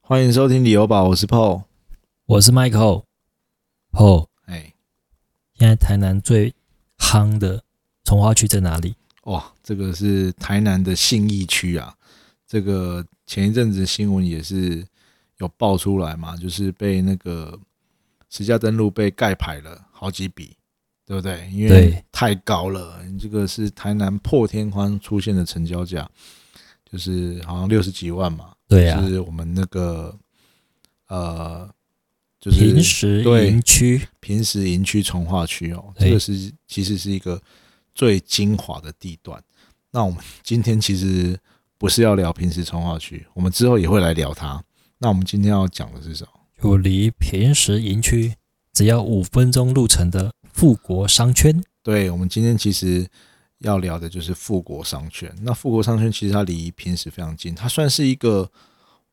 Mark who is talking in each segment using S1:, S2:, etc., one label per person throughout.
S1: 欢迎收听旅游宝，我是 Paul。
S2: 我是 Michael。哦，
S1: 哎，
S2: 现在台南最夯的从化区在哪里？
S1: 哇，这个是台南的信义区啊。这个前一阵子新闻也是有爆出来嘛，就是被那个石家登录被盖牌了好几笔，对不对？因为
S2: 对
S1: 太高了，这个是台南破天荒出现的成交价，就是好像六十几万嘛，
S2: 对啊
S1: 就，是我们那个呃，就是
S2: 平时
S1: 对
S2: 营区。
S1: 平时营区从化区哦，
S2: 对
S1: 这个是其实是一个最精华的地段。那我们今天其实不是要聊平时从化区，我们之后也会来聊它。那我们今天要讲的是什么？
S2: 就离平时营区只要五分钟路程的富国商圈。
S1: 对，我们今天其实要聊的就是富国商圈。那富国商圈其实它离平时非常近，它算是一个，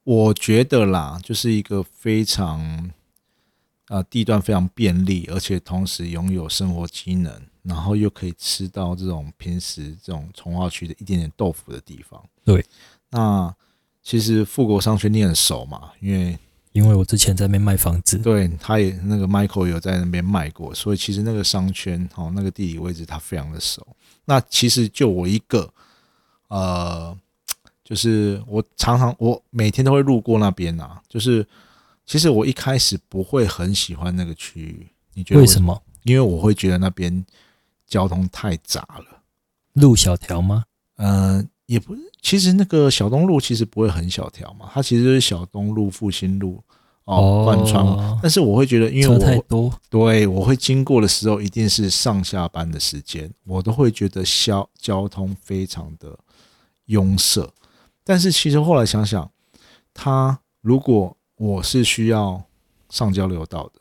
S1: 我觉得啦，就是一个非常呃地段非常便利，而且同时拥有生活机能，然后又可以吃到这种平时这种从化区的一点点豆腐的地方。
S2: 对，
S1: 那其实富国商圈你很熟嘛，因为
S2: 因为我之前在那边卖房子，
S1: 对，他也那个 Michael 有在那边卖过，所以其实那个商圈哦，那个地理位置他非常的熟。那其实就我一个，呃，就是我常常我每天都会路过那边啊，就是其实我一开始不会很喜欢那个区域，你觉得
S2: 为
S1: 么？
S2: 什么
S1: 因为我会觉得那边交通太杂了。
S2: 路小条吗？
S1: 呃，也不是，其实那个小东路其实不会很小条嘛，它其实就是小东路、复兴路哦，贯穿嘛。但是我会觉得，因为
S2: 车太
S1: 我
S2: 多，
S1: 对，我会经过的时候，一定是上下班的时间，我都会觉得交交通非常的拥塞。但是其实后来想想，它如果我是需要上交流道的，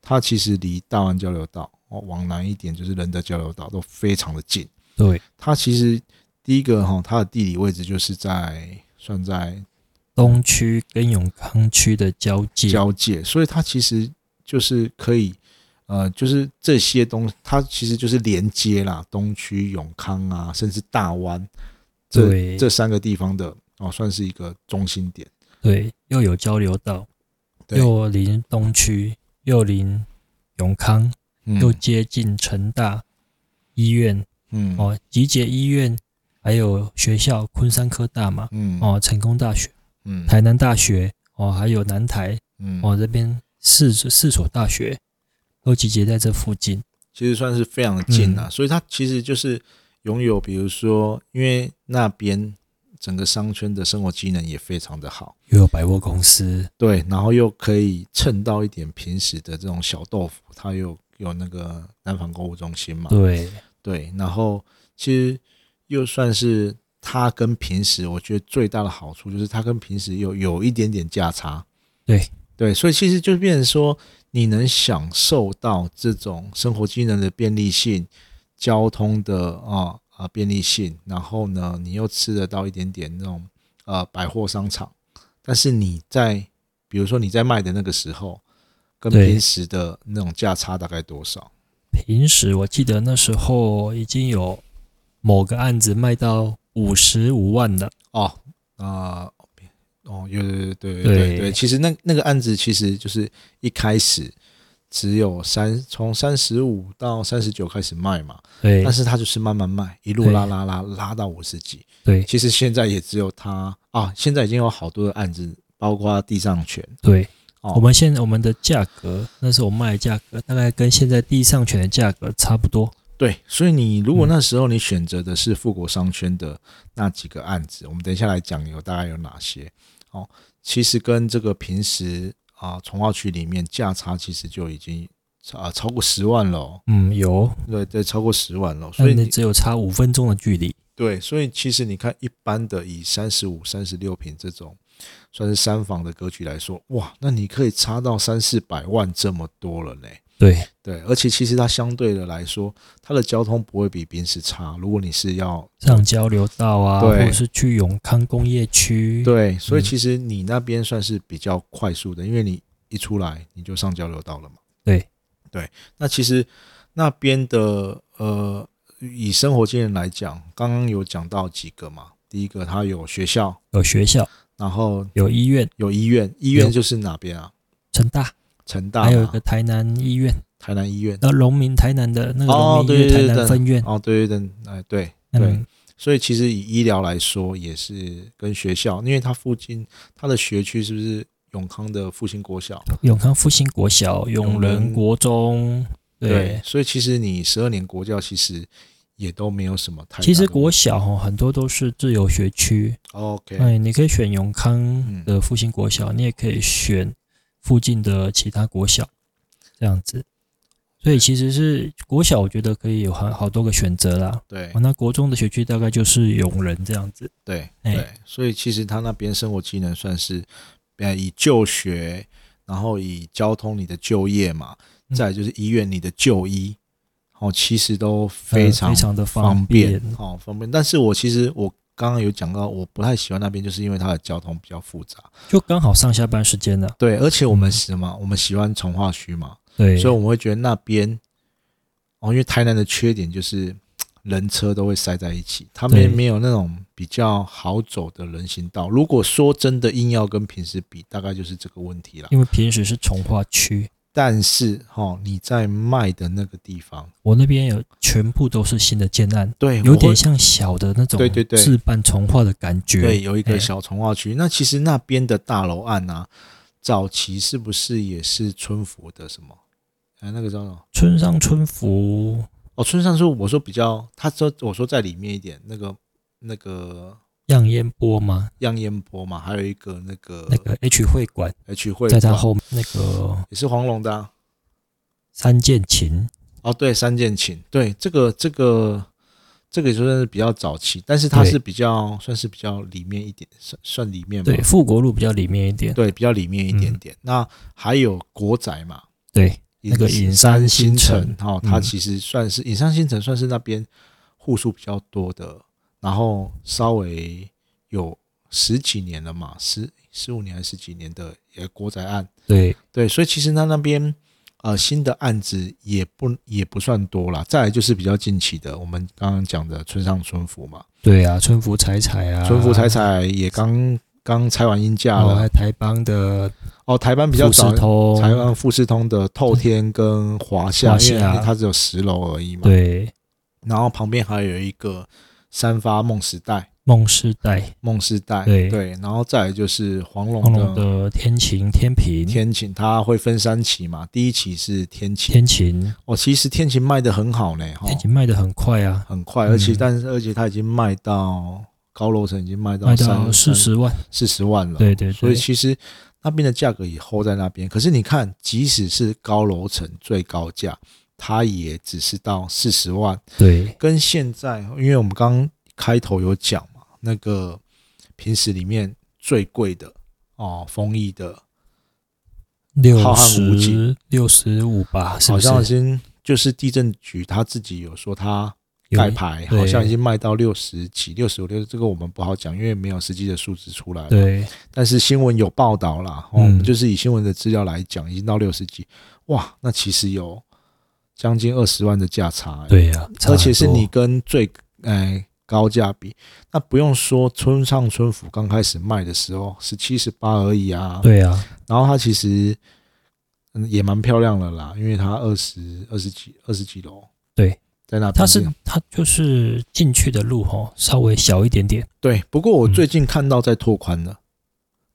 S1: 它其实离大湾交流道哦往南一点就是仁德交流道都非常的近。
S2: 对，
S1: 它其实第一个哈，它的地理位置就是在算在
S2: 东区跟永康区的交界，
S1: 交界，所以它其实就是可以，呃，就是这些东西，它其实就是连接啦，东区、永康啊，甚至大湾这
S2: 对
S1: 这三个地方的哦，算是一个中心点。
S2: 对，又有交流道，
S1: 对
S2: 又临东区，又临永康，
S1: 嗯
S2: 又接近成大医院
S1: 嗯
S2: 哦，集结医院，还有学校昆山科大嘛，
S1: 嗯
S2: 哦，成功大学、
S1: 嗯
S2: 台南大学哦，还有南台
S1: 嗯
S2: 哦这边四四所大学都集结在这附近。
S1: 其实算是非常近
S2: 嗯
S1: 啊，所以它其实就是拥有，比如说，因为那边整个商圈的生活机能也非常的好。
S2: 又有百货公司，
S1: 对，然后又可以蹭到一点平时的这种小豆腐，它又有那个南方购物中心嘛，
S2: 对
S1: 对，然后其实又算是它跟平时我觉得最大的好处就是它跟平时有有一点点价差，
S2: 对
S1: 对，所以其实就变成说你能享受到这种生活机能的便利性，交通的啊啊便利性，然后呢你又吃得到一点点那种呃百货商场，但是你在比如说你在卖的那个时候，跟
S2: 对
S1: 平时的那种价差大概多少？
S2: 平时我记得那时候已经有某个案子卖到五十五万了，
S1: 哦，啊、哦，有对对对
S2: 对
S1: 对对，其实那那个案子其实就是一开始只有三，从三十五到三十九开始卖嘛，
S2: 对
S1: 但是他就是慢慢卖，一路拉拉拉拉到五十几。
S2: 对
S1: 其实现在也只有他啊，现在已经有好多的案子，包括地上权
S2: 对。
S1: 哦，
S2: 我们现我们的价格，那时候我卖的价格大概跟现在地上权的价格差不多。
S1: 对，所以你如果那时候你选择的是富国商圈的那几个案子，我们等一下来讲有大概有哪些哦。其实跟这个平时啊从化区里面价差其实就已经啊超过十万了哦，
S2: 嗯，有，
S1: 对对，超过十万了哦。所以
S2: 但是
S1: 你
S2: 只有差五分钟的距离。
S1: 对，所以其实你看一般的以三十五、三十六平这种算是三房的格局来说，哇，那你可以差到三四百万这么多了呢。
S2: 对
S1: 对，而且其实它相对的来说，它的交通不会比平时差。如果你是要
S2: 上交流道啊，或
S1: 对
S2: 者是去永康工业区，
S1: 对，所以
S2: 嗯
S1: 其实你那边算是比较快速的，因为你一出来你就上交流道了嘛。
S2: 对
S1: 对，那其实那边的呃，以生活经验来讲，刚刚有讲到几个嘛，第一个它有学校，
S2: 有学校，
S1: 然后
S2: 有医院，
S1: 有医院，医院就是哪边啊？
S2: 成大，
S1: 成大嘛，
S2: 还有一个台南医院，
S1: 台南医院。
S2: 那农民台南的那个
S1: 哦
S2: 农民
S1: 对
S2: 医院台
S1: 对对
S2: 南分院，
S1: 哦，对对对，哎对对，
S2: 嗯，
S1: 所以其实以医疗来说，也是跟学校，因为它附近它的学区是不是永康的复兴国小？
S2: 永康复兴国小、永仁国中，对，
S1: 所以其实你十二年国教其实也都没有什么太大的问题。
S2: 其实国小哦，很多都是自由学区，
S1: OK，
S2: 哎，你可以选永
S1: 嗯
S2: 康的复兴国小，你也可以选附近的其他国小，这样子。所以其实是国小，我觉得可以有好好多个选择啦。
S1: 对
S2: 哦，那国中的学区大概就是永仁这样子，
S1: 对
S2: 哎
S1: 对，所以其实他那边生活技能算是，呃，以就学，然后以交通你的就业嘛，
S2: 嗯
S1: 再来就是医院你的就医，哦，其实都非
S2: 呃
S1: 常、
S2: 非常的
S1: 方
S2: 便。
S1: 哦，方便。但是我其实我刚刚有讲到，我不太喜欢那边，就是因为它的交通比较复杂。
S2: 就刚好上下班时间了。
S1: 对，而且我们
S2: 嗯
S1: 什么，我们喜欢从化区嘛，
S2: 对，
S1: 所以我们会觉得那边，哦，因为台南的缺点就是嘖人车都会塞在一起，他
S2: 对
S1: 们没有那种比较好走的人行道。如果说真的硬要跟平时比，大概就是这个问题啦。
S2: 因为平时是从化区，
S1: 但是哈、哦，你在卖的那个地方，
S2: 我那边有全部都是新的建案，
S1: 对，
S2: 有
S1: 我会
S2: 点像小的那种
S1: 对对对
S2: 置办从化的感觉。
S1: 对，有一个
S2: 哎
S1: 小从化区。那其实那边的大楼案啊，早期是不是也是春福的什么？哎，那个叫什么？
S2: 村上春福
S1: 哦，村上说我说比较，他说我说在里面一点，那个那个
S2: 样烟波嘛，
S1: 样烟波嘛，还有一个那个
S2: 那个 H 会馆
S1: H 会
S2: 在它
S1: 馆
S2: 后面那个
S1: 也是黄龙的啊、
S2: 三剑琴，
S1: 哦，对，三件琴，对，这个这个这个就算是比较早期，但是它
S2: 对
S1: 是比较算是比较里面一点，算算里面吧
S2: 对，，富国路比较里面一点，
S1: 对，比较里面一点
S2: 嗯
S1: 点。那还有国宅嘛，
S2: 对，那个
S1: 隐
S2: 隐山
S1: 新
S2: 新
S1: 城
S2: 城，
S1: 哦，它
S2: 嗯
S1: 其实算是隐山新城，算是那边户数比较多的，然后稍微有十几年了嘛，十十五年还是十几年的也国宅案，
S2: 对，
S1: 对，所以其实它那边呃新的案子也不也不算多啦。再来就是比较近期的，我们刚刚讲的村上春福嘛，
S2: 对啊，春福彩彩啊，
S1: 春福彩彩也刚刚拆完印价
S2: 然后
S1: 了
S2: 还，台邦的
S1: 哦，台湾比较
S2: 哦富士
S1: 早。
S2: 通，
S1: 台湾富士通的透天跟华夏，
S2: 华
S1: 因
S2: 夏
S1: 为它只有十楼而已嘛。
S2: 对
S1: 然后旁边还有一个三发梦时代，
S2: 梦世代，
S1: 梦时代
S2: 对
S1: 然后再来就是黄
S2: 黄
S1: 龙
S2: 龙
S1: 的
S2: 的天晴天平
S1: 天晴，它会分三期嘛，第一期是天晴，
S2: 天晴，
S1: 哦，其实天晴卖的很好呢，哈，
S2: 天晴卖的很快啊，
S1: 很快，而且
S2: 嗯
S1: 但是而且它已经卖到高楼层已经卖到
S2: 卖
S1: 三
S2: 到四十万，
S1: 四十万了，
S2: 对对
S1: 所以
S2: 对，
S1: 其实那边的价格也 hold 在那边。可是你看，即使是高楼层最高价，它也只是到四十万，
S2: 对
S1: 跟现在，因为我们刚开头有讲嘛，那个平时里面最贵的哦，丰益的，
S2: 六
S1: 浩瀚无
S2: 十
S1: 际
S2: 六十五吧，是
S1: 好
S2: 不
S1: 像已
S2: 是？
S1: 经就是地震局他自己有说他
S2: 有
S1: 盖牌，
S2: 对
S1: 好像已经卖到六十几、六十五、六，这个我们不好讲，因为没有实际的数字出来。
S2: 对，
S1: 但是新闻有报道啦，哦，
S2: 嗯
S1: 我们就是以新闻的资料来讲，已经到六十几，哇，那其实有将近二十万的价差、欸，，
S2: 对呀、
S1: 而
S2: 差很
S1: 且是
S2: 多
S1: 你跟最呃高价比，那不用说村上春辅刚开始卖的时候十七十八而已啊，，
S2: 对啊，
S1: 然后它其实嗯也蛮漂亮的啦，因为它二十二十几二十几楼，
S2: 对，
S1: 在那边
S2: 它是它就是进去的路哈，稍微小一点点，
S1: 对，不过我
S2: 嗯
S1: 最近看到在拓宽了，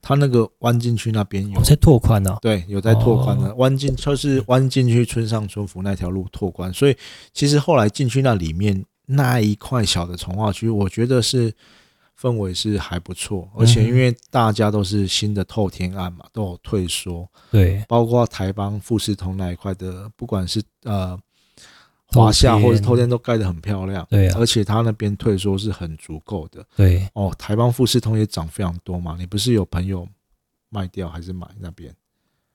S1: 它那个弯进去那边有
S2: 我在拓宽啊呢、
S1: 对，有在拓宽
S2: 哦
S1: 的，弯进就是弯进去村上春福那条路拓宽，所以其实后来进去那里面那一块小的从化区，我觉得是氛围是还不错，而且因为大家都是新的透天案嘛，都有退缩，
S2: 对
S1: 包括台邦富士通那一块的，不管是呃华夏或者透天都盖得很漂亮，
S2: 对啊，
S1: 而且它那边退缩是很足够的
S2: 对，
S1: 哦。台邦富士通也涨非常多嘛，你不是有朋友卖掉还是买那边？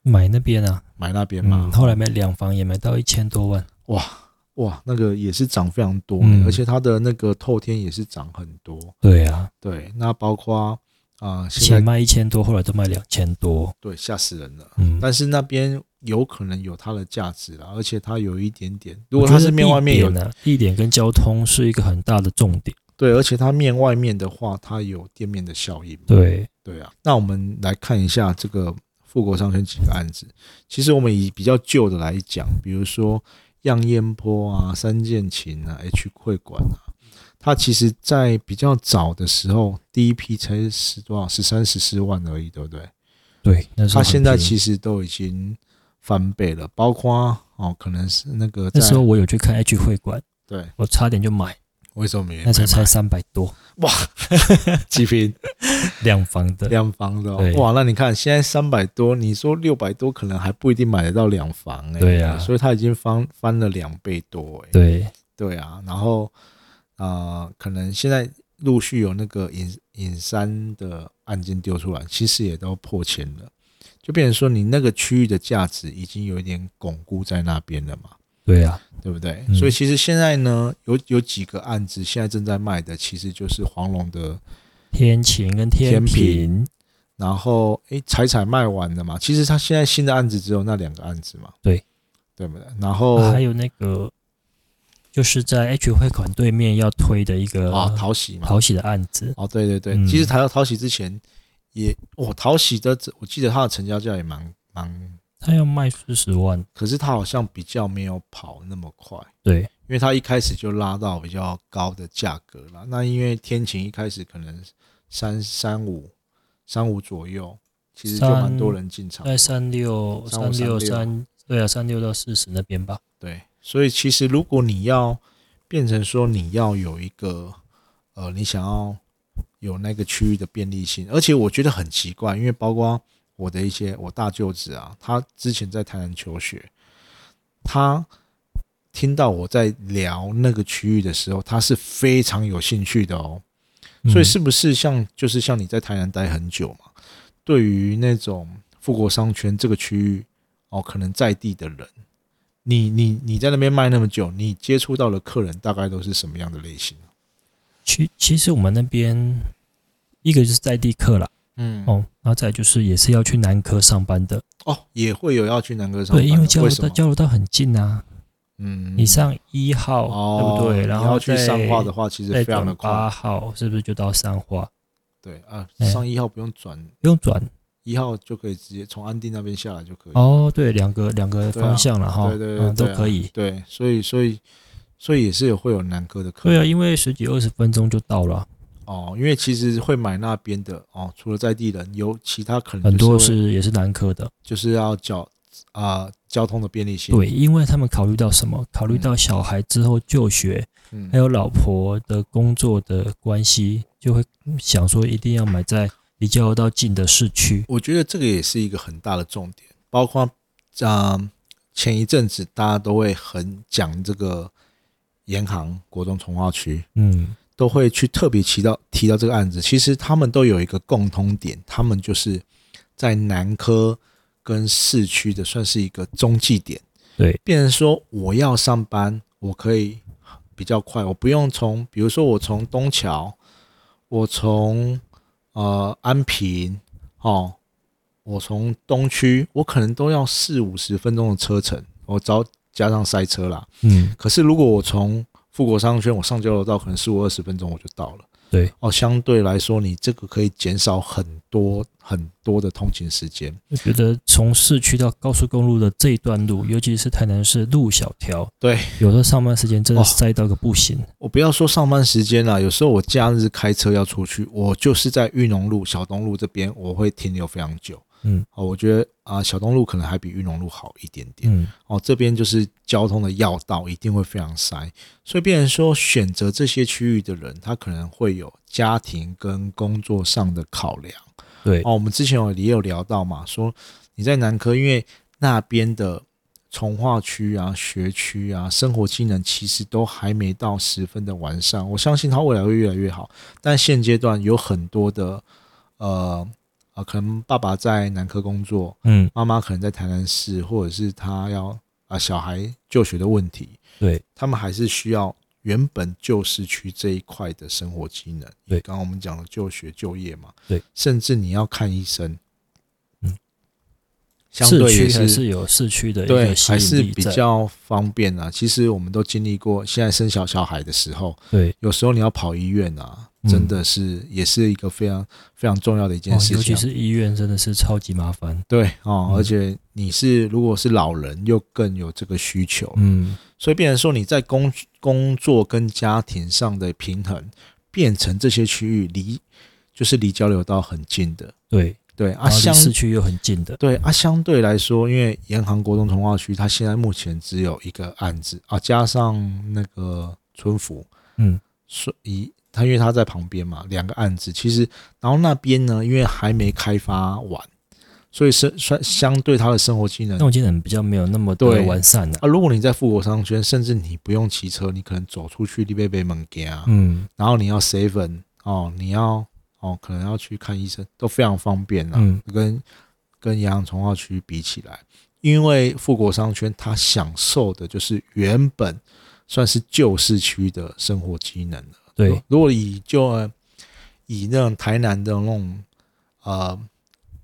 S2: 买那边啊，
S1: 买那边嘛
S2: 嗯，，后来买两房也买到一千多万，
S1: 哇，那个也是涨非常多、
S2: 嗯
S1: 而且它的那个透天也是涨很多。
S2: 对啊，
S1: 对，那包括啊、呃现
S2: 前
S1: 在
S2: 卖一千多，后来都卖两千多，
S1: 对吓死人了。
S2: 嗯，
S1: 但是那边有可能有它的价值啦，而且它有一点点，如
S2: 我
S1: 果
S2: 觉
S1: 它
S2: 得
S1: 是面外面有
S2: 地点啊，地点跟交通是一个很大的重点，
S1: 对，而且它面外面的话，它有店面的效应嘛。
S2: 对，
S1: 对啊，那我们来看一下这个富国商圈几个案子。其实我们以比较旧的来讲，比如说样烟坡啊、三剑琴啊、H 会馆啊，它其实在比较早的时候，第一批才十多少，十三、十四万而已，对不对？
S2: 对，那时候
S1: 它
S2: 很
S1: 现在
S2: 便宜
S1: 其实都已经翻倍了，包括哦，可能是那个在
S2: 那时候我有去看 H 会馆，
S1: 对，
S2: 我差点就买，
S1: 为什么没
S2: 那时候才
S1: 买
S2: 三百多，
S1: 几平？
S2: 两房 的，
S1: 两房的、哦
S2: 对，
S1: 哇，那你看现在三百多，你说六百多可能还不一定买得到两房哎、
S2: 对啊
S1: 所以它已经翻翻了两倍多哎、
S2: 对
S1: 对啊，然后啊，呃可能现在陆续有那个隐隐山的案件丢出来，其实也都破千了，就变成说你那个区域的价值已经有一点巩固在那边了嘛，
S2: 对啊，
S1: 对不对？
S2: 嗯
S1: 所以其实现在呢，有有几个案子现在正在卖的，其实就是黄龙的
S2: 天晴跟
S1: 天
S2: 平，
S1: 然后诶，彩彩卖完了嘛？其实他现在新的案子只有那两个案子嘛，
S2: 对
S1: 对不对？然后
S2: 啊还有那个就是在 H 会馆对面要推的一个
S1: 啊，讨喜嘛，
S2: 呃讨喜的案子，
S1: 哦，对对对，
S2: 嗯
S1: 其实谈到讨喜之前也，哦，讨喜的我记得他的成交价也蛮蛮，
S2: 他要卖四十万，
S1: 可是他好像比较没有跑那么快，
S2: 对
S1: 因为他一开始就拉到比较高的价格了。那因为天晴一开始可能三三五三五左右，其实就蛮
S2: 三
S1: 多人进场的，
S2: 在三六
S1: 三
S2: 三
S1: 五
S2: 六
S1: 36
S2: 三，对啊，三六到四十那边吧。
S1: 对，所以其实如果你要变成说你要有一个呃，你想要有那个区域的便利性，而且我觉得很奇怪，因为包括我的一些我大舅子啊，他之前在台南求学，他听到我在聊那个区域的时候，他是非常有兴趣的哦。所以
S2: 嗯
S1: 是不是像就是像你在台南待很久嘛？对于那种富国商圈这个区域哦，可能在地的人，你你你在那边卖那么久，你接触到的客人大概都是什么样的类型？
S2: 其其实我们那边一个就是在地客啦，
S1: 嗯
S2: 哦，然后再来就是也是要去南科上班的，
S1: 哦，也会有要去南哥上班
S2: 对，
S1: 的，
S2: 因为交
S1: 为
S2: 流
S1: 什
S2: 道
S1: 么？
S2: 交流道很近啊，
S1: 嗯
S2: 你上一号、
S1: 哦，
S2: 对不对？然
S1: 你要
S2: 后
S1: 去
S2: 再
S1: 上化的话，其实
S2: 再
S1: 非常的
S2: 转
S1: 快
S2: 八。号，是不是就到三化？
S1: 对啊，
S2: 哎
S1: 上一号不用转，
S2: 不用转
S1: 一号就可以直接从安定那边下来就可以。
S2: 哦，对，两个两个
S1: 对啊
S2: 方向了哈，
S1: 对对对
S2: 嗯，都
S1: 对啊
S2: 可以。
S1: 对，所以所以所以也是有会有南哥的客人
S2: 对。啊，因为十几二十分钟就到了，
S1: 哦，因为其实会买那边的哦，除了在地人，有其他可能
S2: 很多
S1: 就是会
S2: 是也是南科的。
S1: 就是要交啊、交通的便利性。，
S2: 对，因为他们考虑到什么？考虑到小孩之后就学，
S1: 嗯
S2: 还，有老婆的工作的关系，就会想说一定要买在离交流道近的市区。
S1: 我觉得这个也是一个很大的重点，包括啊、前一阵子大家都会很讲这个银行国中从化区，
S2: 嗯，
S1: 都会去特别提到提到这个案子。其实他们都有一个共通点，他们就是在南科跟市区的算是一个中继点。
S2: 对，
S1: 变成说我要上班，我可以比较快，我不用从，比如说我从东桥，我从呃安平，哦，我从东区，我可能都要四五十分钟的车程，我早加上塞车啦。
S2: 嗯，
S1: 可是如果我从富国商圈，我上交流道可能十五二十分钟我就到了。
S2: 对，
S1: 哦，相对来说，你这个可以减少很多很多的通勤时间。
S2: 我觉得从市区到高速公路的这一段路，尤其是台南市路小条，
S1: 对，
S2: 有时候上班时间真
S1: 哦
S2: 的塞到个不行。
S1: 我不要说上班时间啦，有时候我假日开车要出去，我就是在裕农路、小东路这边，我会停留非常久。
S2: 嗯
S1: 哦，我觉得啊、小东路可能还比裕农路好一点点。
S2: 嗯，
S1: 哦，这边就是交通的要道，一定会非常塞。所以，变成说选择这些区域的人，他可能会有家庭跟工作上的考量。
S2: 对，
S1: 哦，我们之前有也有聊到嘛，说你在南科，因为那边的从化区啊、学区啊，生活技能其实都还没到十分的完善。我相信它未来会越来越好，但现阶段有很多的呃呃，可能爸爸在南科工作，
S2: 嗯，
S1: 妈妈可能在台南市，或者是他要啊、小孩就学的问题，
S2: 对，
S1: 他们还是需要原本旧市区这一块的生活机能。
S2: 对
S1: 刚刚我们讲的就学就业嘛，
S2: 对，
S1: 甚至你要看医生，
S2: 嗯，
S1: 相
S2: 市
S1: 对也
S2: 区还
S1: 是
S2: 是有市区的一
S1: 对
S2: 个吸
S1: 还是
S2: 引力
S1: 比
S2: 在。
S1: 较方便啊。其实我们都经历过，现在生小小孩的时候，
S2: 对，嗯
S1: 有时候你要跑医院啊，真的是也是一个非常非常重要的一件
S2: 哦，
S1: 事
S2: 尤
S1: 情
S2: 其
S1: 啊。
S2: 是医院真的是超级麻烦。
S1: 对哦，
S2: 嗯
S1: 而且你是如果是老人，又更有这个需求，
S2: 嗯，
S1: 所以变成说你在工工作跟家庭上的平衡，变成这些区域离就是离交流道很近的，
S2: 对，
S1: 对啊，
S2: 然后离
S1: 相
S2: 市区又很近的，
S1: 对啊，相对来说，因为延航国中从化区，它现在目前只有一个案子啊，加上那个春福，
S2: 嗯，
S1: 所以它因为它在旁边嘛，两个案子其实，然后那边呢，因为还没开发完，所以是算相对它的生活机能
S2: 那种机能比较没有那么的
S1: 对
S2: 完善了、
S1: 啊，如果你在富国商圈，甚至你不用骑车，你可能走出去立贝贝门给啊，
S2: 嗯
S1: 然后你要 seven 哦，你要哦，可能要去看医生，都非常方便啊。
S2: 嗯
S1: 跟跟洋行从化区比起来，因为富国商圈它享受的就是原本算是旧市区的生活机能了。
S2: 对
S1: 如，如果以就呃以那种台南的那种呃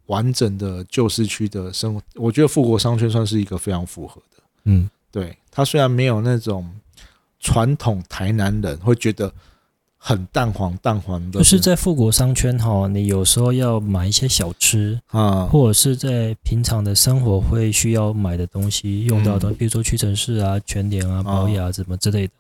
S1: 完整的旧市区的生活，我觉得富国商圈算是一个非常符合的。
S2: 嗯，
S1: 对他虽然没有那种传统台南人会觉得很蛋黄蛋黄的，
S2: 就是在富国商圈哈、你有时候要买一些小吃，
S1: 啊，
S2: 或者是在平常的生活会需要买的东西、用到的东西，比如说屈臣氏啊、全联啊、宝嗯雅啊什么之类的，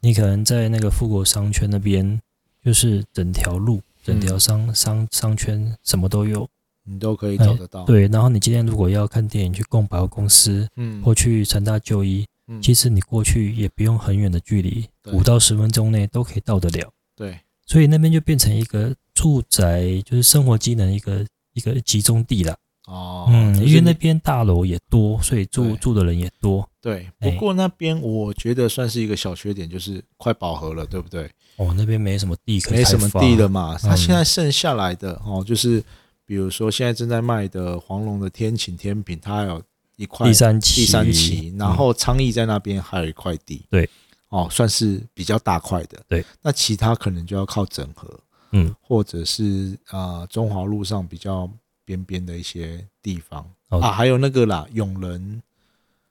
S2: 你可能在那个富国商圈那边，就是整条路、整条商、商商圈什么都有。
S1: 你都可以找得到。，
S2: 对，然后你今天如果要看电影，去逛百货公司
S1: 嗯，
S2: 或去成大就医，
S1: 嗯
S2: 其实你过去也不用很远的距离，
S1: 对
S2: 五到十分钟内都可以到得了。
S1: 对，
S2: 所以那边就变成一个住宅，就是生活机能一个一个集中地啦。
S1: 哦，
S2: 嗯，
S1: 就是
S2: 因为那
S1: 你
S2: 边大楼也多，所以住
S1: 对
S2: 住的人也多。
S1: 对，不
S2: 哎
S1: 过那边我觉得算是一个小缺点，就是快饱和了，对不对？
S2: 哦，那边没什么地可以
S1: 没什么
S2: 开发
S1: 地了，嘛，它
S2: 嗯
S1: 现在剩下来的哦，就是比如说现在正在卖的黄龙的天晴天品，它还有一块
S2: 第三
S1: 第
S2: 期，
S1: 三期，然
S2: 嗯
S1: 后昌邑在那边还有一块地，
S2: 对，
S1: 哦，算是比较大块的，
S2: 对。
S1: 那其他可能就要靠整合，
S2: 嗯，
S1: 或者是呃中华路上比较边边的一些地方、
S2: 哦
S1: 啊，还有那个啦，永仁，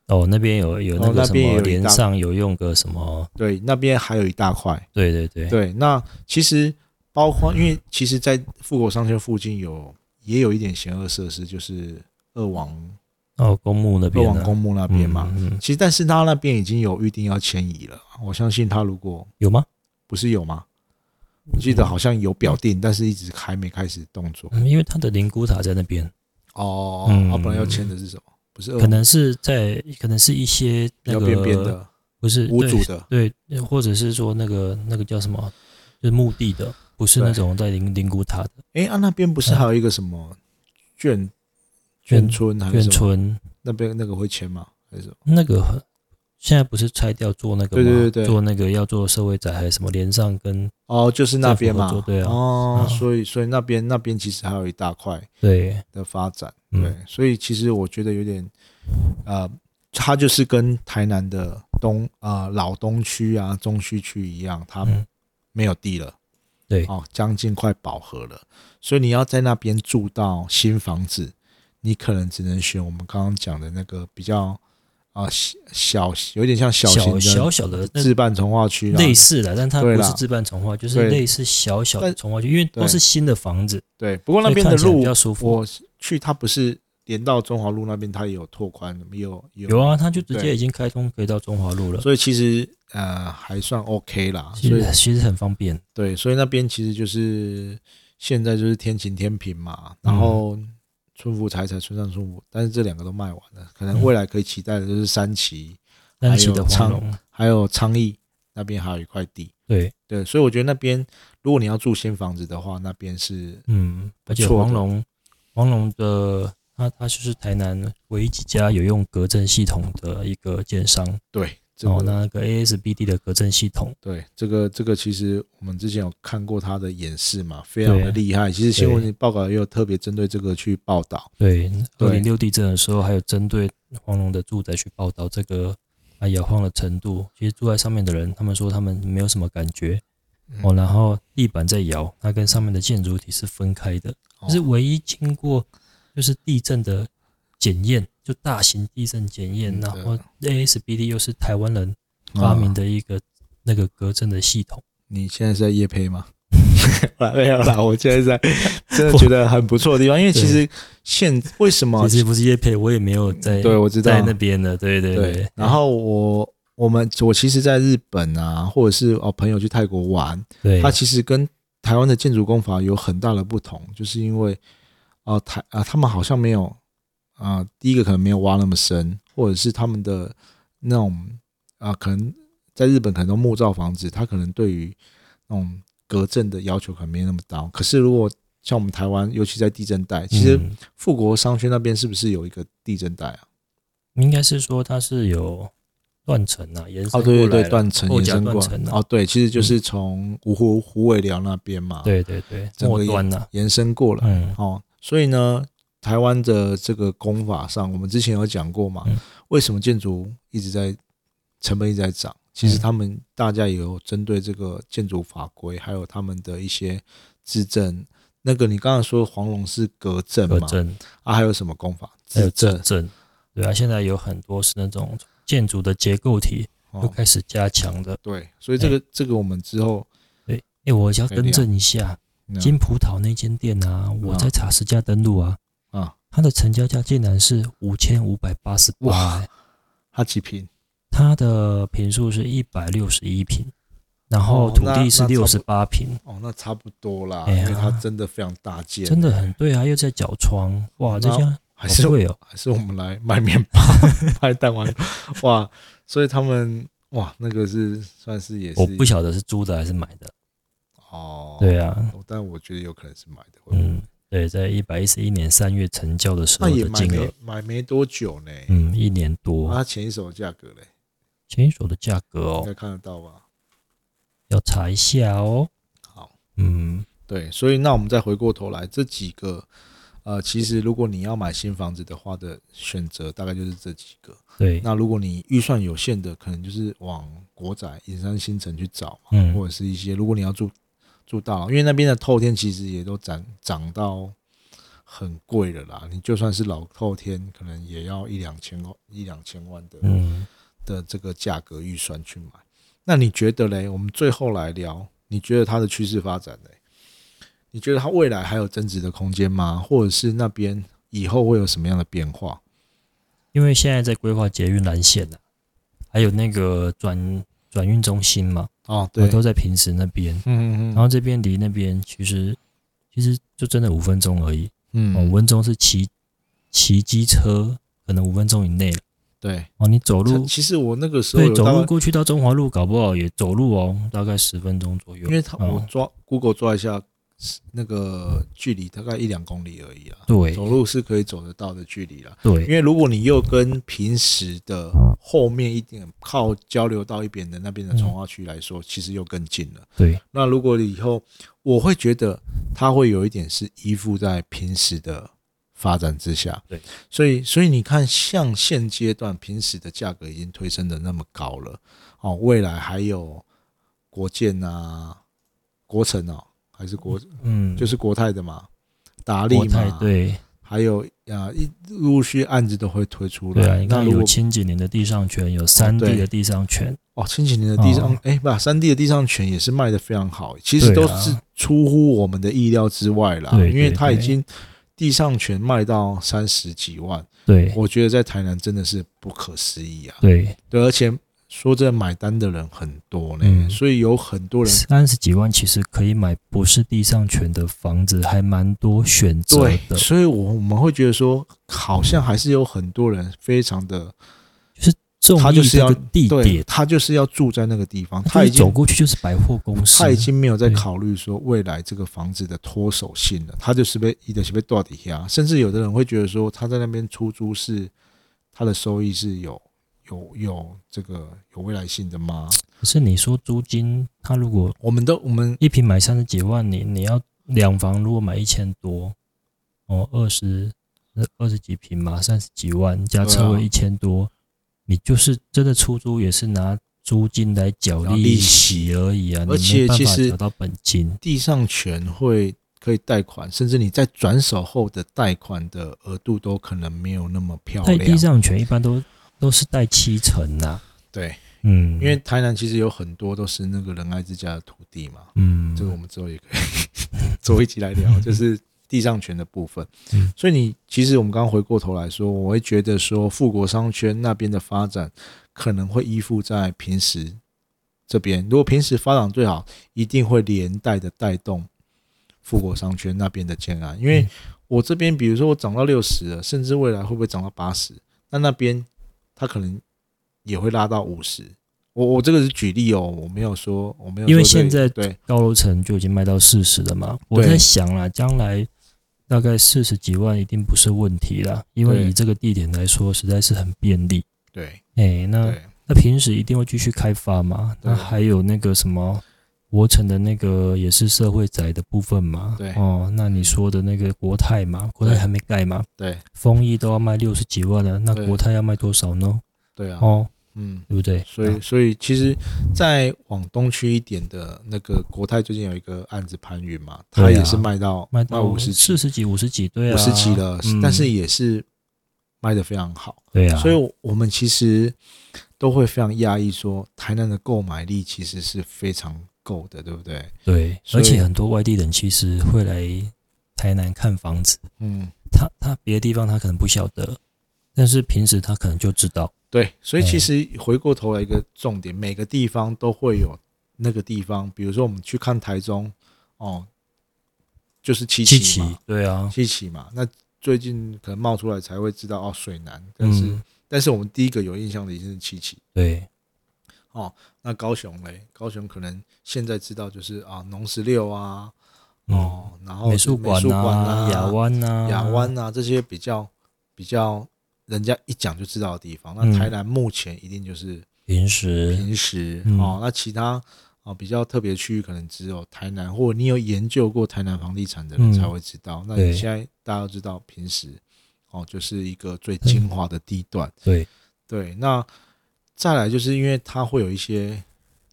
S2: 哦，那边有有那
S1: 哦
S2: 个
S1: 那
S2: 什
S1: 边也
S2: 么
S1: 有一
S2: 连
S1: 大
S2: 上有用个什么，
S1: 对，那边还有一大块，
S2: 对对对，
S1: 对，那其实包括，因为其实，在富国商圈附近有也有一点险恶设施，就是二王
S2: 哦，公墓那
S1: 二
S2: 边
S1: 王
S2: 呢
S1: 公墓那边嘛。
S2: 嗯嗯
S1: 其实，但是他那边已经有预定要迁移了。我相信他如果
S2: 有吗？
S1: 不是有吗？我记得好像有表定，但是一直还没开始动作。
S2: 嗯，因为它的灵骨塔在那边，
S1: 哦，
S2: 嗯
S1: 他本来要迁的是什么？不是二
S2: 可
S1: 王，
S2: 能是在可能是一些
S1: 比
S2: 那
S1: 较
S2: 个
S1: 边边的
S2: 不是
S1: 无
S2: 对
S1: 主的。
S2: 对，呃或者是说那个那个叫什么，就是墓地的，不是
S1: 对
S2: 那种在灵灵骨塔的
S1: 诶，啊，那边不是还有一个什么眷嗯眷
S2: 眷
S1: 村还是
S2: 眷
S1: 什么？
S2: 村，
S1: 那边那个会迁吗？还是什么？
S2: 那个很现在不是拆掉做那个
S1: 对
S2: 吗？
S1: 对对对
S2: 做那个要做社会宅还是什么连上跟
S1: 哦，就是那边嘛
S2: 政府合作，对啊
S1: 哦，
S2: 嗯
S1: 所以所以那边那边其实还有一大块
S2: 对，
S1: 的发展，对，
S2: 嗯
S1: 所以其实我觉得有点，呃，它就是跟台南的东呃老东区啊、中西区一样，它
S2: 嗯
S1: 没有地了，
S2: 对
S1: 哦，将近快饱和了，所以你要在那边住到新房子，你可能只能选我们刚刚讲的那个比较啊、小小有点像小型
S2: 小小
S1: 的
S2: 小的那
S1: 自办从化区啦，啊
S2: 类似的，但它
S1: 对
S2: 不
S1: 啦
S2: 是自办从化，就是
S1: 对
S2: 类似小小的
S1: 但
S2: 从化区，因为都
S1: 对
S2: 是新的房子，
S1: 对，不过那
S2: 所以
S1: 边
S2: 看
S1: 的
S2: 起来
S1: 路
S2: 比较舒服。
S1: 我去，它不是连到中华路那边，它也有拓宽，也有也有
S2: 有啊，它就直接
S1: 对
S2: 已经开通可以到中华路了，
S1: 所以其实呃还算 OK 啦。
S2: 其
S1: 所以
S2: 实其实很方便。
S1: 对，所以那边其实就是现在就是天晴天平嘛，然后春福财财村上春福，但是这两个都卖完了，可能未来可以期待的就是三期，
S2: 但是
S1: 还有
S2: 的黄
S1: 昌
S2: 龙，
S1: 还有昌邑那边还有一块地。
S2: 对，
S1: 对，所以我觉得那边如果你要住新房子的话，那边是
S2: 嗯，而且
S1: 不错的
S2: 黄龙黄龙的。它它就是台南唯一几家有用隔震系统的一个建商
S1: 对这个、
S2: 哦，那个 ASBD 的隔震系统，
S1: 对，这个这个其实我们之前有看过他的演示嘛，非常的
S2: 对
S1: 厉害。其实新闻报告也有特别针对这个去报道。
S2: 对，二
S1: 对
S2: 零六地震的时候，还有针对黄龙的住宅去报道这个啊摇晃的程度。其实住在上面的人，他们说他们没有什么感觉、
S1: 嗯
S2: 哦，然后地板在摇，它跟上面的建筑体是分开的，
S1: 哦
S2: 就是唯一经过就是地震的检验，就大型地震检验，
S1: 嗯
S2: 然
S1: 对
S2: 后 ASBD 又是台湾人发明
S1: 啊
S2: 的一个那个隔震的系统。
S1: 你现在是在夜配吗？啦，没有啦， 我现在在真的觉得很不错的地方，因为其实现为什么
S2: 其实不是叶配，我也没有在
S1: 对我知道
S2: 在那边的，对对
S1: 对，然后我我们我其实在日本啊，或者是哦朋友去泰国玩，
S2: 对
S1: 它其实跟台湾的建筑工法有很大的不同，就是因为啊、呃台啊、他们好像没有啊、呃第一个可能没有挖那么深，或者是他们的那种啊、可能在日本可能都木造房子，它可能对于那种隔震的要求可能没那么高。可是如果像我们台湾，尤其在地震带，其实
S2: 嗯
S1: 富国商圈那边是不是有一个地震带啊？
S2: 应该是说它是有断层啊，延伸
S1: 哦，对对
S2: 过来
S1: 对，
S2: 了
S1: 断层
S2: 后
S1: 延
S2: 夹
S1: 伸过
S2: 断
S1: 来
S2: 层，啊，
S1: 哦，对，其实就是从五湖湖尾寮那边嘛，，
S2: 对对对，
S1: 整个
S2: 末
S1: 延
S2: 端呐，
S1: 延伸过来。
S2: 嗯，
S1: 哦，所以呢，台湾的这个工法上，我们之前有讲过嘛，
S2: 嗯
S1: 为什么建筑一直在成本一直在涨？其
S2: 嗯
S1: 实他们大家也有针对这个建筑法规，还有他们的一些自证。那个你刚才说黄龙是隔震
S2: 有
S1: 嘛？
S2: 震，
S1: 啊，还有什么工法？
S2: 还有
S1: 自
S2: 震
S1: 证。
S2: 震，对啊，现在有很多是那种建筑的结构体又
S1: 哦，
S2: 开始加强的。
S1: 对，所以这个这个我们之后，
S2: 哎，我要
S1: 可以聊
S2: 更正一下，
S1: 嗯
S2: 金葡萄那间店啊，我在查实价登录啊，
S1: 啊，
S2: 它的成交价竟然是五千五百八十八哎
S1: 哇，它几平？
S2: 它的平数是一百六十一平，然后
S1: 哦
S2: 土
S1: 那
S2: 地是
S1: 那差
S2: 六
S1: 不
S2: 十八平，
S1: 哦，那差不多啦，
S2: 哎
S1: 因
S2: 呀
S1: 为它真的非常大件，
S2: 真的很对啊，又在角窗，哇，
S1: 那
S2: 这家
S1: 还是
S2: 好贵哦，
S1: 还是我们来卖面包、 卖蛋黄，哇！所以他们哇，那个是算是也是
S2: 我不晓得是租的还是买的，
S1: 哦，
S2: 对啊，
S1: 哦，但我觉得有可能是买的，会不会
S2: 嗯，对，在一百一十一年三月成交的时
S1: 那
S2: 候
S1: 也
S2: 的
S1: 买
S2: 金
S1: 没
S2: 额，
S1: 买没多久呢，
S2: 嗯，一年
S1: 那
S2: 多，
S1: 它前一手的价格嘞，
S2: 前一手的价格
S1: 应
S2: 哦
S1: 该，看得到吧？
S2: 要查一下哦，
S1: 好，
S2: 嗯，
S1: 对，所以那我们再回过头来，这几个呃，其实如果你要买新房子的话的选择，大概就是这几个。
S2: 对，
S1: 那如果你预算有限的，可能就是往国宅、隐山新城去找嘛，
S2: 嗯
S1: 或者是一些如果你要住住大楼，因为那边的透天其实也都涨涨到很贵了啦。你就算是老透天，可能也要一两千哦，一两千万的、
S2: 嗯，
S1: 的这个价格预算去买。那你觉得嘞？我们最后来聊，你觉得它的趋势发展嘞？你觉得它未来还有增值的空间吗？或者是那边以后会有什么样的变化？
S2: 因为现在在规划捷运蓝线呢、还有那个转转运中心嘛，
S1: 哦，对
S2: 我，都在平时那边，
S1: 嗯嗯
S2: 然后这边离那边其实其实就真的五分钟而已，
S1: 嗯
S2: 哦，五分钟是骑骑机车，可能五分钟以内了
S1: 对，
S2: 哦，你走路
S1: 其实我那个时候
S2: 对
S1: 有
S2: 走
S1: 大
S2: 路
S1: 概，
S2: 过去到中华路，搞不好也走路哦，大概十分钟左右，
S1: 因为他我
S2: 哦
S1: 抓 Google 抓一下，那个距离大概一两公里而已啦。
S2: 对
S1: 走路是可以走得到的距离啦。因
S2: 对
S1: 为如果你又跟平时的后面一点靠交流道一边的那边的从化区来说，其实又更近了。
S2: 对，
S1: 那如果以后，我会觉得它会有一点是依附在平时的发展之下。
S2: 对，
S1: 所以所以你看，像现阶段平时的价格已经推升的那么高了，哦，未来还有国建啊、国城哦，还是国、
S2: 嗯，
S1: 就是国泰的嘛，达利
S2: 国泰
S1: 嘛，，
S2: 对
S1: 还有啊一陆续案子都会推出
S2: 对啊，
S1: 来。
S2: 你
S1: 那
S2: 看
S1: 如
S2: 有
S1: 果
S2: 千几年的地上权，有三
S1: 对
S2: D 的地上权，
S1: 哦，前几年的地上
S2: 哦，
S1: 哎、不，三 D 的地上权也是卖的非常好，其实
S2: 对
S1: 都
S2: 啊
S1: 是出乎我们的意料之外啦。
S2: 对
S1: 因为
S2: 对
S1: 它已
S2: 对
S1: 经地上权卖到三十几万，
S2: 对
S1: 我觉得在台南真的是不可思议啊。
S2: 对，
S1: 对，而且说真的，买单的人很多呢，
S2: 嗯
S1: 所以有很多人
S2: 三十几万其实可以买不是地上权的房子，还蛮多选择
S1: 对，
S2: 的。
S1: 所以我我们会觉得说，好像还是有很多人非常的
S2: 中
S1: 他就
S2: 立
S1: 是
S2: 这
S1: 要
S2: 个地
S1: 对
S2: 点，
S1: 他就是要住在那个地方，
S2: 他
S1: 他
S2: 一
S1: 已经
S2: 走过去就是百货公司，
S1: 他已经没有在
S2: 对
S1: 考虑说未来这个房子的脱手性了，他就是被一的是被断底下，甚至有的人会觉得说他在那边出租是他的收益是有有有这个有未来性的吗？
S2: 可是你说租金，他如果
S1: 我们都我们
S2: 一平买三十几万，你你要两房如果买一千多，哦，二十二十几平嘛，三十几万加
S1: 对啊
S2: 车位一千多，你就是真的出租也是拿租金来缴
S1: 缴
S2: 利
S1: 利息
S2: 息而已啊，
S1: 而且
S2: 你没办
S1: 其
S2: 法
S1: 实
S2: 缴到本金。
S1: 地上权会可以贷款，甚至你在转手后的贷款的额度都可能没有那么漂
S2: 贷地
S1: 亮。
S2: 上权一般都都是贷七成呐、
S1: 对，
S2: 嗯，
S1: 因为台南其实有很多都是那个仁爱之家的土地嘛，
S2: 嗯，
S1: 这个我们之后也可以 做一集来 聊，就是地上权的部分。
S2: 嗯
S1: 所以你其实我们刚刚回过头来说，我会觉得说富国商圈那边的发展可能会依附在平时这边，如果平时发展最好，一定会连带的带动富国商圈那边的建安，因为
S2: 嗯
S1: 我这边比如说我涨到六十了，甚至未来会不会涨到八十？那那边它可能也会拉到五十。我我这个是举例哦，我没有说我没有说这个，
S2: 因为现在
S1: 对
S2: 高楼层就已经卖到四十了嘛。我在想啦，将来大概四十几万一定不是问题啦，因为
S1: 对
S2: 以这个地点来说，实在是很便利。
S1: 对
S2: 哎、那
S1: 对嗯
S2: 那平时一定会继续开发嘛？
S1: 对
S2: 那还有那个什么国城的那个也是社会宅的部分嘛？
S1: 对
S2: 哦，那你说的那个国泰嘛，国泰还没盖嘛？
S1: 对
S2: 丰益都要卖六十几万了，那
S1: 对
S2: 国泰要卖多少呢？
S1: 对啊，
S2: 哦，
S1: 嗯，
S2: 对不对？啊
S1: 所以所以其实再往东区一点的那个国泰最近有一个案子潘云嘛，
S2: 对啊
S1: 他也是卖到
S2: 卖
S1: 卖
S2: 到
S1: 五十
S2: 四十几、五十几，对啊，
S1: 五十几了，
S2: 嗯
S1: 但是也是卖的非常好。
S2: 对啊，
S1: 所以我们其实都会非常压抑，说台南的购买力其实是非常够的，对不对？
S2: 对，
S1: 所
S2: 而
S1: 以
S2: 且很多外地人其实会来台南看房子，
S1: 嗯，
S2: 他他别的地方他可能不晓得，但是平时他可能就知道，
S1: 对。所以
S2: 对
S1: 其实回过头来一个重点，每个地方都会有那个地方，比如说我们去看台中，哦，就是七
S2: 七
S1: 期
S2: 奇
S1: 嘛，，
S2: 对啊，
S1: 七期嘛。那最近可能冒出来才会知道哦，水南，但是、
S2: 嗯，
S1: 但是我们第一个有印象的一定是七期。
S2: 对，
S1: 那高雄嘞，高雄可能现在知道就是啊，农十六啊，
S2: 嗯，
S1: 哦，然后
S2: 美
S1: 是
S2: 术
S1: 美
S2: 馆
S1: 术馆
S2: 啊，
S1: 啊，
S2: 亚湾啊，
S1: 亚湾啊这些比较比较人家一讲就知道的地方。
S2: 嗯
S1: 那台南目前一定就是
S2: 平时
S1: 平时、
S2: 嗯
S1: 哦，那其他哦比较特别区域可能只有台南，或者你有研究过台南房地产的人
S2: 嗯
S1: 才会知道。那
S2: 对
S1: 你现在大家都知道平时哦就是一个最精华的地段。
S2: 对
S1: 对，那再来就是因为它会有一些。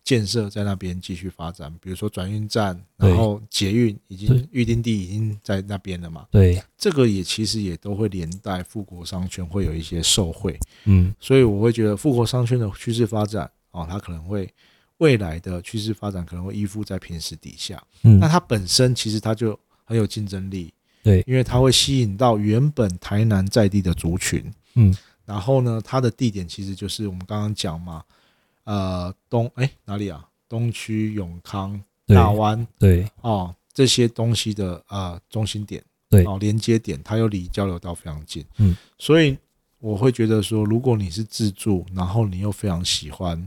S1: 建设在那边继续发展，比如说转运站，
S2: 对
S1: 然后捷运已经
S2: 对
S1: 预定地已经在那边了嘛，
S2: 对，
S1: 这个也其实也都会连带富国商圈会有一些受惠，
S2: 嗯，
S1: 所以我会觉得富国商圈的趋势发展哦，它可能会未来的趋势发展可能会依附在平时底下，
S2: 嗯
S1: 那它本身其实它就很有竞争力，
S2: 对
S1: 因为它会吸引到原本台南在地的族群，
S2: 嗯，
S1: 然后呢，它的地点其实就是我们刚刚讲嘛，呃，东哎哪里啊，东区、永康、
S2: 对
S1: 大湾，
S2: 对
S1: 哦这些东西的呃中心点，
S2: 对
S1: 哦连接点，它又离交流道非常近，
S2: 嗯，
S1: 所以我会觉得说，如果你是自住，然后你又非常喜欢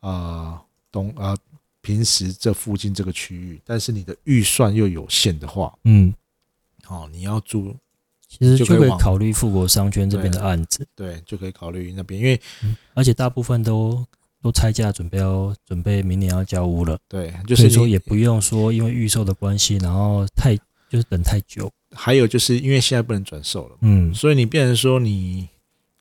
S1: 呃东呃平时这附近这个区域，但是你的预算又有限的话，
S2: 嗯，
S1: 哦你要住
S2: 其实
S1: 就
S2: 就
S1: 可以
S2: 可以
S1: 往
S2: 考虑富国商圈这边
S1: 对
S2: 的案子，
S1: 对就可以考虑那边，因为
S2: 而且大部分都都拆价，准备要准备明年要交屋了。
S1: 对就
S2: 所
S1: 是
S2: 以说
S1: 你
S2: 也不用说因为预售的关系，然后太就是等太久。
S1: 还有就是因为现在不能转售了，
S2: 嗯，
S1: 所以你变成说你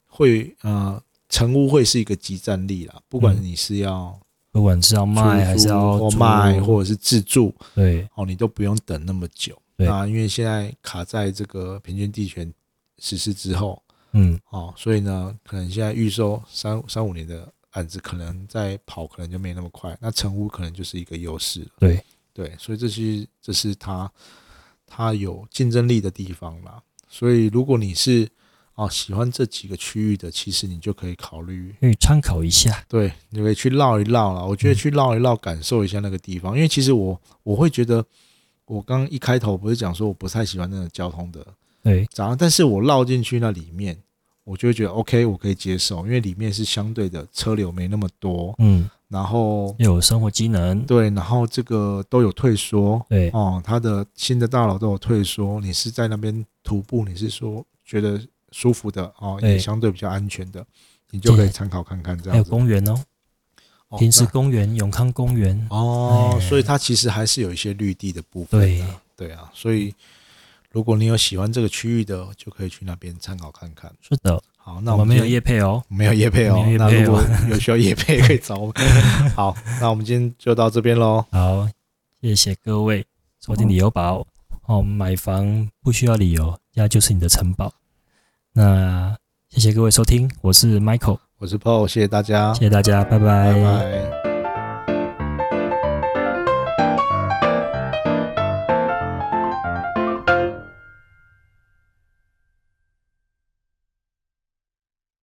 S1: 会呃。成屋会是一个集战力啦，不管
S2: 嗯
S1: 你是要
S2: 不管是要卖还是
S1: 出
S2: 要
S1: 租或
S2: 租
S1: 卖或者是自住
S2: 对
S1: 哦，你都不用等那么久。
S2: 对
S1: 啊，因为现在卡在这个平均地权实施之后
S2: 嗯
S1: 哦，所以呢，可能现在预售三三五年的案子，可能在跑可能就没那么快。那成屋可能就是一个优势了。
S2: 对
S1: 对，所以这是这是它它有竞争力的地方啦。所以如果你是哦喜欢这几个区域的，其实你就可以考虑
S2: 可以参考一下。
S1: 对，你可以去绕一绕啦。我觉得
S2: 嗯
S1: 去绕一绕，感受一下那个地方，因为其实我我会觉得，我刚一开头不是讲说我不太喜欢那种交通的
S2: 对
S1: 杂但是我绕进去那里面，我就会觉得 OK，我可以接受，因为里面是相对的车流没那么多，
S2: 嗯，
S1: 然后
S2: 又有生活机能。
S1: 对，然后这个都有退缩
S2: 对
S1: 哦，它的新的大楼都有退缩，你是在那边徒步，你是说觉得舒服的哦，也
S2: 对
S1: 相对比哎较安全的，你就可以参考看看这
S2: 还
S1: 样
S2: 有
S1: 子。
S2: 公园哦，
S1: 哦
S2: 平时
S1: 那
S2: 公园永康公园。
S1: 哦，
S2: 哎
S1: 所以它其实还是有一些绿地的部分
S2: 对
S1: 啊、对啊，所以如果你有喜欢这个区域的，就可以去那边参考看看。
S2: 是的，
S1: 好，那
S2: 我
S1: 我们
S2: 们没有
S1: 今天
S2: 业配哦。
S1: 没有叶配哦
S2: 没有，业
S1: 那
S2: 配
S1: 如果
S2: 哦
S1: 有需要叶配可以找我们。好，那我们今天就到这边喽。
S2: 好，谢谢各位锁定理由宝。哦，买房不需要理由，家就是你的城堡。那谢谢各位收听，我是 Michael，
S1: 我是 Paul，谢谢大家，
S2: 谢谢大家，
S1: 拜拜。